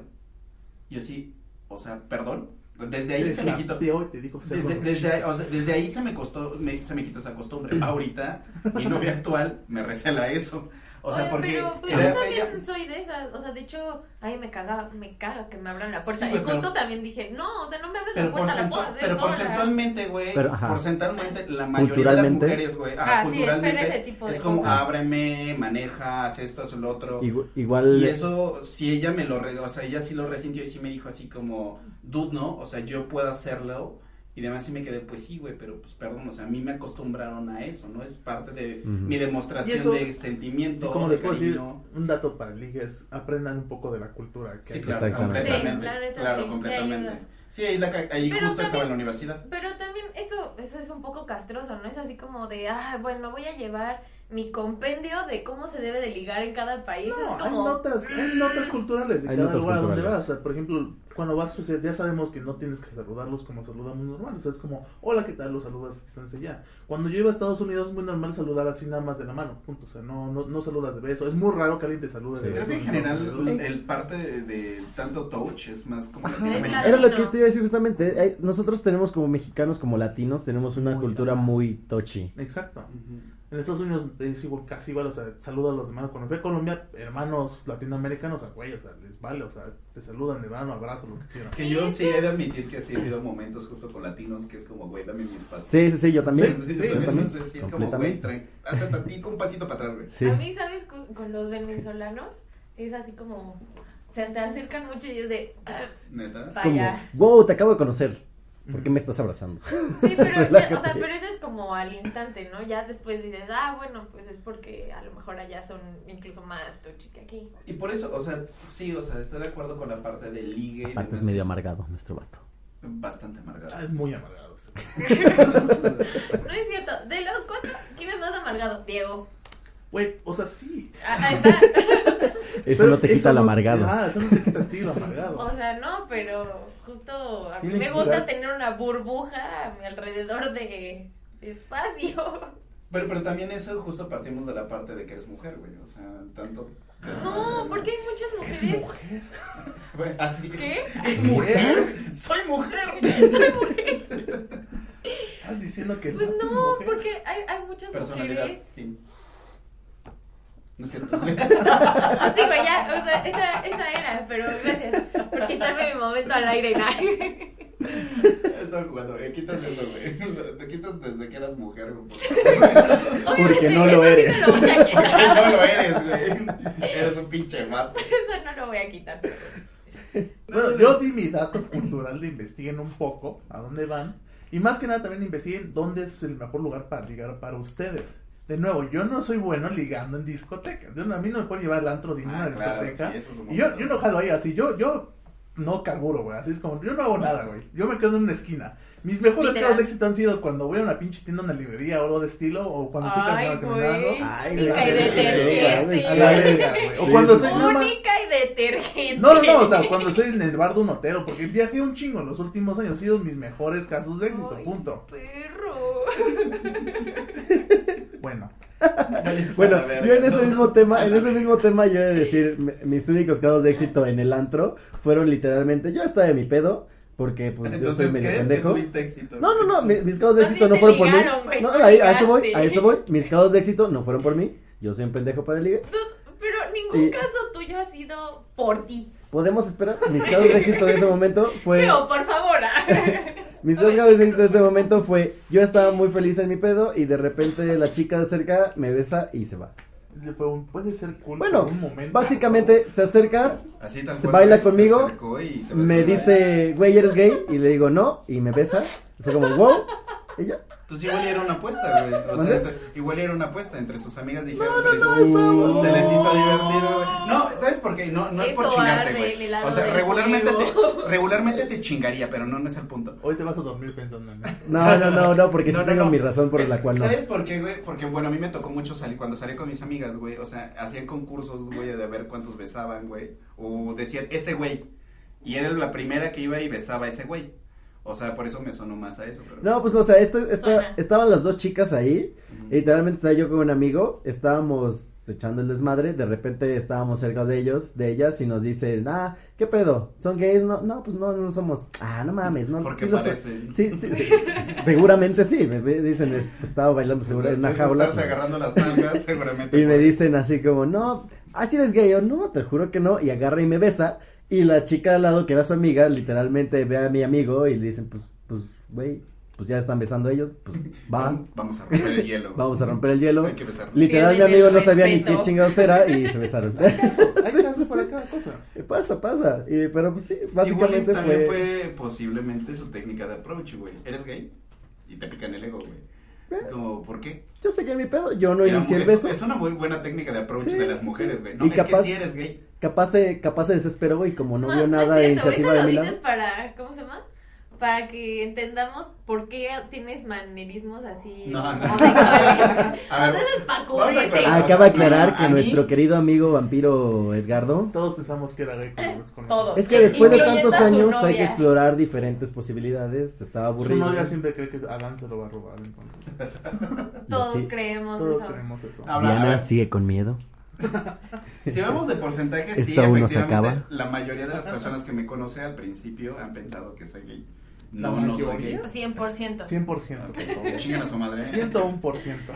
Y así, o sea, perdón, desde ahí
Es
se me
la
quitó.
peor, te digo, cerdo
Desde, desde
machista.
ahí, o sea, desde ahí se me costó, me- se me quitó esa costumbre. Ahorita, mi novia actual me recela eso. O sea,
Oye,
porque
Pero pues,
era-
yo también
ella-
soy de esas. O sea, de hecho, ahí me caga, me caga que me abran la puerta.
Sí,
y
güey,
justo
pero-
también dije, no, o sea, no me abres
pero,
la puerta, la
porcentu-
puedo hacer
pero
sola.
porcentualmente, güey,
Pero, ajá.
porcentualmente la mayoría de las
Culturalmente.
mujeres, güey, ah,
Ah, sí,
culturalmente
espera ese tipo de
es como
cosas.
ábreme, maneja, haz esto, haz lo otro.
Igu-
Y
Igual,
eso, si ella me lo, re- o sea, ella sí lo resintió y sí me dijo así como, dude, ¿no? O sea, yo puedo hacerlo. Y demás sí me quedé, pues sí, güey, pero pues perdón, o sea, a mí me acostumbraron a eso, ¿no? Es parte de
Ujú.
mi demostración
Y eso-
de sentimiento,
Como
de
les puedo decir,
cariño.
un dato para ligues, E aprendan un poco de la cultura. Que
Sí,
hay.
claro,
Exactamente.
completamente.
Sí, la neta,
claro,
sí, sí
completamente.
ayuda.
Sí, ahí, la ca- ahí
Pero
justo
también-
estaba en la universidad.
Pero también eso, eso es un poco castroso, ¿no? Es así como de, ah, bueno, voy a llevar mi compendio de cómo se debe de ligar en cada país.
No,
es
hay
como,
notas, hay notas culturales de
Hay
cada
notas
lugar a donde
culturales.
vas. O sea, por ejemplo, cuando vas a Suecia ya sabemos que no tienes que saludarlos como saludamos normal. O sea, es como, hola, ¿qué tal? Los saludas a distancia ya. Cuando yo iba a Estados Unidos es muy normal saludar así nada más de la mano, punto. O sea, no, no, no saludas de beso. Es muy raro que alguien te salude
Sí.
de
Creo
beso.
que en
¿no?
general el parte de, de tanto touch es más como
Ajá,
latinoamericano.
Era lo que
Latino.
te iba a decir justamente. eh, Nosotros tenemos como mexicanos, como latinos, tenemos una
Muy
cultura
cabrón.
muy tochi.
Exacto.
Ujú.
En Estados Unidos es igual, casi igual, o sea, saluda a los hermanos. Cuando fui a Colombia, hermanos latinoamericanos, o sea, güey, o sea, les vale, o sea, te saludan de mano, abrazo, lo que quieran.
Que yo sí he de admitir que sí he habido momentos justo con latinos que es como, güey, dame mi espacio.
Sí, sí, sí, yo también.
Sí, sí,
yo
sí,
también.
sí, sí, es como, güey,
completamente.
trae- hazte tantito, un pasito para atrás, güey.
Sí.
A mí, ¿sabes? Con, con los venezolanos es así como... O sea, te acercan mucho y es de... "Ah,
Neta.
Como,
vaya.
wow, te acabo de conocer. ¿Por qué
Mm.
me estás abrazando?
Sí, pero, ya, o sea,
Relájate.
pero eso es como al instante, ¿no? Ya después dices, ah, bueno, pues es porque a lo mejor allá son incluso más tochi que aquí.
Y por eso, o sea, sí, o sea, estoy de acuerdo con la parte del ligue. y
Ah,
demás,
es medio
que
amargado nuestro vato.
Bastante
Ah,
amargado.
es muy amargado. ese.
No es cierto. De los cuatro, ¿quién es más amargado? Diego.
Güey, o sea, sí,
Ah, ahí está.
Eso
Pero
no te quita el
no-
amargado.
Ah, eso no te quita a ti el amargado.
O sea, no, pero justo a mí
Tiene
me
que
gusta
dar-
tener una burbuja a mi alrededor de espacio.
Pero, pero también eso justo partimos de la parte de que eres mujer, güey. O sea, tanto...
No, porque hay muchas mujeres.
Güey, así es.
¿Qué?
¿Es mujer? ¡Soy mujer!
Estás diciendo que
Pues
es
no,
mujer.
pues porque hay, hay muchas
Personalidad.
mujeres
fin. No es cierto, güey.
Así, Ah, güey, ya. O sea, esa, esa era, pero gracias por quitarme mi momento al aire. ¿no?
Estaba jugando, güey. Quitas eso, güey. Lo- Te quitas desde que eras mujer, güey. por favor.
Porque no
eso
lo
sí
eres.
No lo voy a quitar.
Porque no lo eres, güey. Eres un pinche vato.
Eso no lo voy a quitar.
Bueno, yo di mi dato cultural de investiguen un poco a dónde van. Y más que nada también investiguen dónde es el mejor lugar para ligar para ustedes. De nuevo, yo no soy bueno ligando en discotecas. Yo no- a mí no me pueden llevar al antro de
Ah,
ninguna
claro,
discoteca.
sí, eso es un
y yo,
montón.
yo no jalo ahí así. Yo, yo no carburo, güey. Así es como, yo no hago nada, güey. Yo me quedo en una esquina. Mis mejores
Literal.
casos de éxito han sido cuando voy a una pinche tienda, una librería o algo de estilo, o cuando estoy
Ay,
caminando, caminando.
güey.
Ay,
Pica
la
y
verga,
detergente.
A la verga, güey. O
Sí,
cuando
sí,
soy
sí.
nada más.
Única y detergente.
No, no, no, o sea, cuando estoy en el bar de un hotel, porque viajé un chingo en los últimos años, han sido mis mejores casos de éxito,
Ay,
punto.
Perro.
Bueno,
Vayas a
Bueno,
la verga,
yo en ese
¿no?
mismo tema, en ese mismo tema yo he de decir, me- mis únicos casos de éxito en el antro fueron literalmente, yo estaba de mi pedo, porque pues yo soy
Entonces,
medio
¿crees que
pendejo.
tuviste éxito?
No, no, no, mi- mis, casos de
Más
éxito
bien
no
te
fueron por mí.
ligaron, güey,
No,
te
ahí- a eso voy,
ligaste.
a eso voy. Mis casos de éxito no fueron por mí. Yo soy un pendejo para el ligue.
Pero ningún
Y-
caso tuyo ha sido por ti.
Podemos esperar. Mis casos de éxito en ese momento fue.
Pero, por favor. ah.
Mis dos casos de éxito en ese momento fue. Yo estaba muy feliz en mi pedo y de repente la chica de cerca me besa y se va.
le fue un- puede ser cool
Bueno,
por un momento.
básicamente se acerca,
Así tal
Se
cual,
baila
güey,
conmigo,
se acercó y te ves
me
como,
dice, güey, eres gay. Y le digo, no. Y me besa. Fue como, wow. Y ya.
Entonces Pues igual era una apuesta, güey. O
¿Mande?
sea, entre- igual era una apuesta entre sus amigas dijeron, se, les,
no,
se les hizo
no.
divertido, güey. No, ¿sabes por qué? No, no es por
Eso
chingarte,
arde en
güey.
el lado
O sea,
del
regularmente te,
juego.
regularmente te chingaría, pero no, no es el punto.
Hoy te vas a dormir pensando en eso.
No, no, no, no, porque
No,
sí
no,
tengo
no.
mi razón por
Eh,
la cual no.
¿Sabes por qué, güey? Porque, bueno, a mí me tocó mucho salir, cuando salí con mis amigas, güey, o sea, hacían concursos, güey, de ver cuántos besaban, güey, o decían, ese güey, y era la primera que iba y besaba a ese güey. O sea, por eso me sonó más a eso. Pero...
No, pues, o sea, esto, esto-
Suena.
estaban las dos chicas ahí.
Ujú.
y literalmente estaba yo con un amigo. Estábamos echando el desmadre. De repente estábamos cerca de ellos, de ellas, y nos dicen, ah, ¿qué pedo? ¿Son gays? No, no pues no, no somos. Ah, no mames, no.
Porque
sí lo
parecen.
Sí, sí, sí, seguramente sí. Me me dicen, es- pues, estaba bailando seguro en una
Después de
jaula.
estarse agarrando las nalgas, seguramente.
Y me
fue.
dicen así como, no, así eres gay. Yo, no, te juro que no. Y agarra y me besa. Y la chica de al lado, que era su amiga, literalmente ve a mi amigo y le dicen, pues, pues, güey, pues ya están besando ellos. Pues, va,
Vamos- Vamos a romper el hielo.
vamos a romper el hielo.
Hay que besarnos.
Literal, mi
Pierden
amigo
el
no sabía ni qué
respeto.
chingados era y se besaron.
Hay casos para cada cosa.
Sí, pasa, pasa. Y, pero pues sí,
Igual
básicamente
también
fue...
fue... posiblemente su técnica de approach, güey. ¿Eres gay? Y te pican el ego,
Eh.
güey. Como, ¿por qué?
Yo sé que mi pedo, yo no
Era
inicié
muy-
el
es-
beso.
Es una muy buena técnica de approach
Sí,
de las
sí.
mujeres, güey. No,
Y
es
capaz-
que si eres gay.
Capaz, se, capaz se desesperó y como no, vio
es
nada de
cierto,
iniciativa
eso
de mi
lo
lado...
dices para, ¿cómo se llama? Para que entendamos por qué tienes manerismos así.
No, no.
O sea,
A ver,
eso es pa'
vamos a
cubrirte.
aclarar.
Ah,
o sea,
Acaba de aclarar
no,
que
a mí-
nuestro querido amigo vampiro Edgardo.
Todos pensamos que era gay cuando los conocimos.
Eh, Todos.
Es que después de
Incluyendo
tantos
a su
años hay
novia.
que explorar diferentes posibilidades. Estaba
Su
aburrido.
novia siempre cree que Adán se lo va a robar, entonces.
Todos
Sí.
creemos
Todos
eso.
creemos eso.
Ah,
Ahora, a ver,
sigue con miedo.
si vamos de porcentaje, sí,
Esta aún no se
efectivamente,
acaba.
la mayoría de las personas que me conocen al principio han pensado que soy gay.
La
No, no soy
mayoría.
gay.
100%.
100%, por
Ok,
favor.
Chingan a su madre.
101%.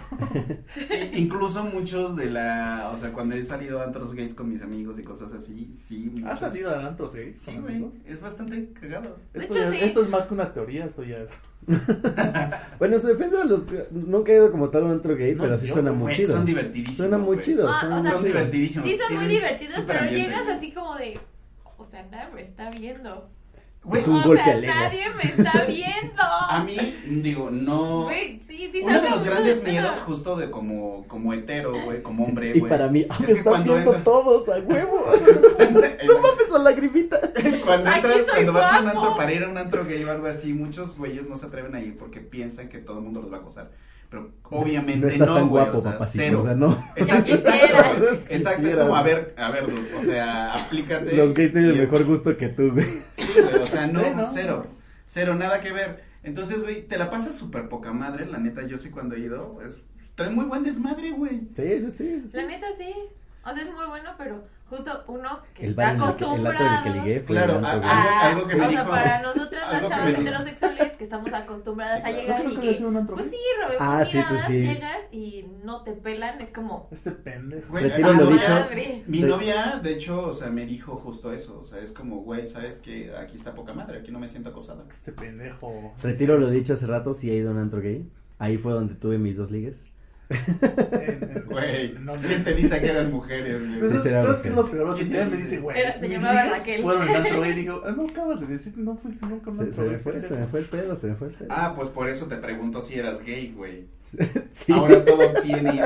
I- Incluso muchos de la. O sea, cuando he salido a antros gays con mis amigos y cosas así, sí. muchos-
¿Has salido de antros gays?
Sí,
con
güey.
amigos?
Es bastante cagado.
De
Esto,
hecho,
ya-
sí.
esto es más que una teoría, esto ya es.
Bueno, en su defensa, los... nunca he ido como tal a un antro gay,
No,
pero sí
yo,
suena muy
Güey,
chido.
Son divertidísimos.
Suena muy
güey.
chido.
Ah,
suena
o
muy
sea,
Son
chido.
divertidísimos.
Sí, son muy
tienen
divertidos,
súper
pero
ambiente,
llegas
güey.
así como de. O sea, nadie me está viendo.
Güey, Ah,
Es un
o
golpe
sea,
al ego.
nadie me está viendo.
A mí, digo, no.
Güey, sí, sí,
Uno de
saca
los
mucho Ah.
grandes
pena.
miedos justo de como, como hetero, güey, como hombre,
Y
güey.
para mí, ah, me
es que
están
cuando
viendo
entras,
todos a huevo. no
cuando
mames la lagrimita.
Aquí
entras,
soy
cuando vas a un
guapo.
antro para ir a un antro gay o algo así, muchos güeyes no se atreven a ir porque piensan que todo el mundo los va a acosar. Pero
no
obviamente
estás
no,
tan
güey,
guapo,
o sea,
papacito,
cero.
o sea, no.
Exacto,
quisiera.
exacto, güey. exacto, es
Quisiera.
como, a ver, a ver, dude, o sea, aplícate.
Los gays tienen el
Y-
mejor gusto que tú, güey.
Sí, güey, o sea, no,
Sí, ¿no?
cero. Cero, nada que ver. Entonces, güey, te la pasas súper poca madre, la neta, yo sí cuando he ido, es, trae muy buen desmadre, güey.
Sí, sí, sí. sí.
Pues La neta sí. O sea, es muy bueno, pero justo uno que
El
está
baile en el que- el acto en el
acostumbrado.
que ligué fue
Claro, ah,
Blanco,
a-
güey.
a-
a-
algo que me
o sea,
dijo-
para nosotras
algo
las
que
chavas
me dijo.
heterosexuales que estamos acostumbradas
Sí,
a
claro.
llegar
Yo creo
y
que
que,
debe ser un antro,
pues sí,
güey.
Robe,
Ah,
pues
sí, pues
miradas,
sí.
llegas y no te pelan, es como, "Ah,
Este pendejo.
Güey, ah,
Retiro
a mi
lo
novia-
dicho.
madre.
Mi
Sí.
novia, de hecho, o sea, me dijo justo eso. O sea, es como, güey, ¿sabes que Aquí está poca madre, aquí no me siento acosada.
Este pendejo.
Retiro lo dicho hace rato, sí he ido a un antro gay. Ahí fue donde tuve mis dos ligues.
Eh, eh,
Güey,
no, no.
¿quién te dice que eran mujeres,
Pues
güey?
Sí,
es-
será
¿Sabes
mujer.
qué es lo peor? O sea,
¿Quién te
ya me
dice?
dice, güey.
Era- se
mis
llamaba
ligas
Raquel.
Fueron al antro, güey, y digo, ah, no acabas de decir, no fuiste nunca a un
Se, se
antro,
me
güey.
fue, se me
pendejo.
fue el pedo, se me fue el pedo.
Ah, pues por eso te pregunto si eras gay, güey.
Sí.
Ahora todo tiene...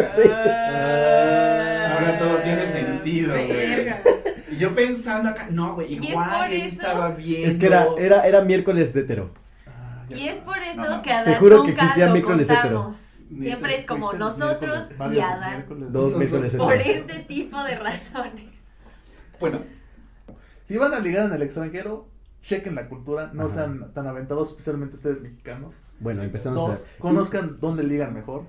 "Ah,
Ahora todo tiene sentido, güey".
verga.
Y yo pensando acá, no, güey,
¿Y es
igual
por
ahí
eso?
estaba bien.
Es que era, era, era miércoles de hetero.
Ah, ya.
Y es por eso
No, no.
que a
Te
Adán
juro que
nunca
existía
lo
miércoles hetero.
contamos. Siempre es como
este
Fuiste los
nosotros
miércoles,
y
varios
Adán.
miércoles.
Dos miércoles
Por
hetero.
este tipo de razones.
Bueno,
Si van a ligar en el extranjero, chequen la cultura, no
Ajá.
sean tan aventados, especialmente ustedes mexicanos.
Bueno,
Sí.
empezamos
Dos,
a...
conozcan dónde ligan mejor.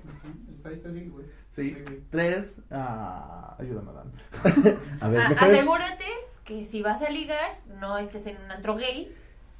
está, está así, güey.
Sí.
Sí, güey.
Tres, ah, ayúdame a Dan.
A ver,
A-
mejor-
Ah, Asegúrate que si vas a ligar, no estés en un antro gay.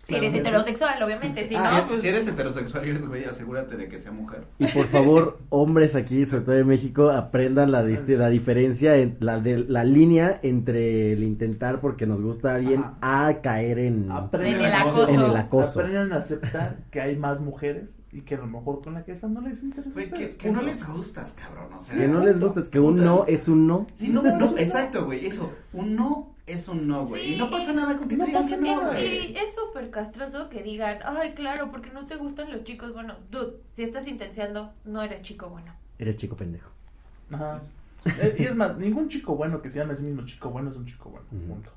Si
Claro.
eres heterosexual, obviamente. Si
Ah, si-
no, pues,
si eres heterosexual y eres güey, asegúrate de que sea mujer.
Y por favor, hombres aquí, sobre todo en México, aprendan la, dis- la diferencia, en- la, de, la línea entre el intentar porque nos gusta a alguien a caer en,
Aprendan
En el
a-
acoso.
en el acoso.
Aprendan a aceptar que hay más mujeres y que a lo mejor con la que están no les interesa. a
Güey, que,
ustedes,
que no
punto.
les gustas, cabrón. O sea,
Que no les gusta, es que un no es un no.
Sí, no, no, exacto, güey. Eso, un no es un no, güey.
Sí.
Y no pasa nada con que
No
te digan
pasa
que no,
nada.
Y
güey.
es súper castroso que digan, ay, claro, porque no te gustan los chicos buenos. Dude, si estás intenciando, no eres chico bueno.
Eres chico pendejo.
Ajá. Eh, Y es más, ningún chico bueno que se llame a sí mismo chico bueno es un chico bueno.
Ujú.
punto.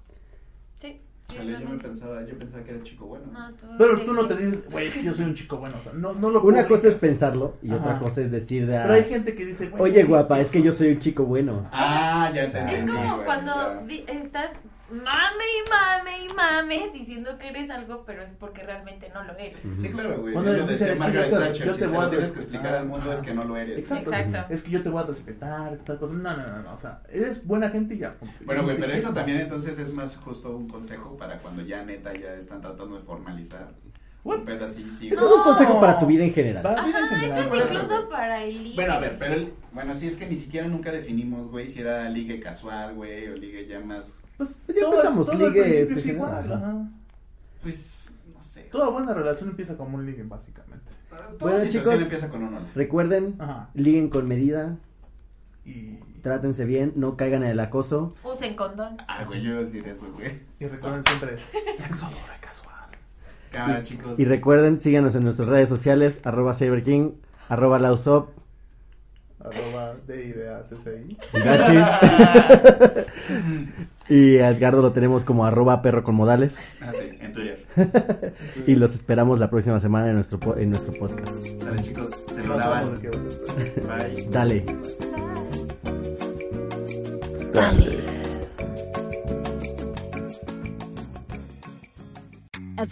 Sí. sí,
Chale, yo me
realmente.
pensaba, yo pensaba que era chico bueno.
No, tú
Pero
eres-
tú no te dices, güey, es que yo soy un chico bueno. O sea, no, no lo
Una cosa es
publicas.
pensarlo y otra
Ajá.
cosa es decir de... ah,
Pero hay gente que dice, güey,
Oye,
sí,
guapa, es que yo soy un chico bueno.
Ah, ya entendí.
Es como
güey,
cuando
ya.
di- estás mame y mame y mame diciendo que eres algo, pero es porque realmente no lo eres.
Ujú.
Sí, claro, güey.
Cuando
Lo
dicen,
decía
es que
Margaret
yo te-
Thatcher.
yo
si
te
se
voy
lo
a
tienes que
respetar.
explicar al mundo es que no lo eres.
Exacto.
Exacto.
Es que yo te voy a respetar, tal cosa. No, no, no, no. O sea, eres buena gente y ya. punto.
Bueno, güey, pero eso
Te-
también entonces es más justo un consejo para cuando ya neta ya están tratando de formalizar.
Güey,
Un pedo así, sí.
Esto
güey.
es un consejo para tu vida en general.
va bien en
Ajá,
general.
eso
por
es
eso,
incluso
güey.
para el
Bueno, a
ligue.
ver, pero el- bueno, sí es que ni siquiera nunca definimos, güey, si era ligue casual, güey, o ligue ya más,
Pues,
Pues ya
todo-
empezamos,
todo al
ligue
principio
en
es igual,
general.
ajá.
pues, no sé.
Toda buena relación empieza como un ligue, básicamente.
Toda
Bueno,
situación
chicos.
empieza con un hola.
Recuerden,
Ajá.
liguen con medida,
Y,
trátense bien, no caigan en el acoso.
Usen condón.
Ah, güey, yo iba a decir eso, güey.
y recuerden siempre, sexo duro y casual.
Cámara, Ah, chicos.
Y recuerden, síganos en nuestras redes sociales, arroba CyberKing, arroba Lausop,
Arroba de ideas SI.
Gachi. y a Edgardo lo tenemos como arroba perro con modales.
Ah, sí, en Twitter.
Y los esperamos la próxima semana en nuestro, po- en nuestro podcast.
Sale, chicos, se
No
lo
sabemos
lavan.
de qué va a ser, pero-
Bye.
Dale.
As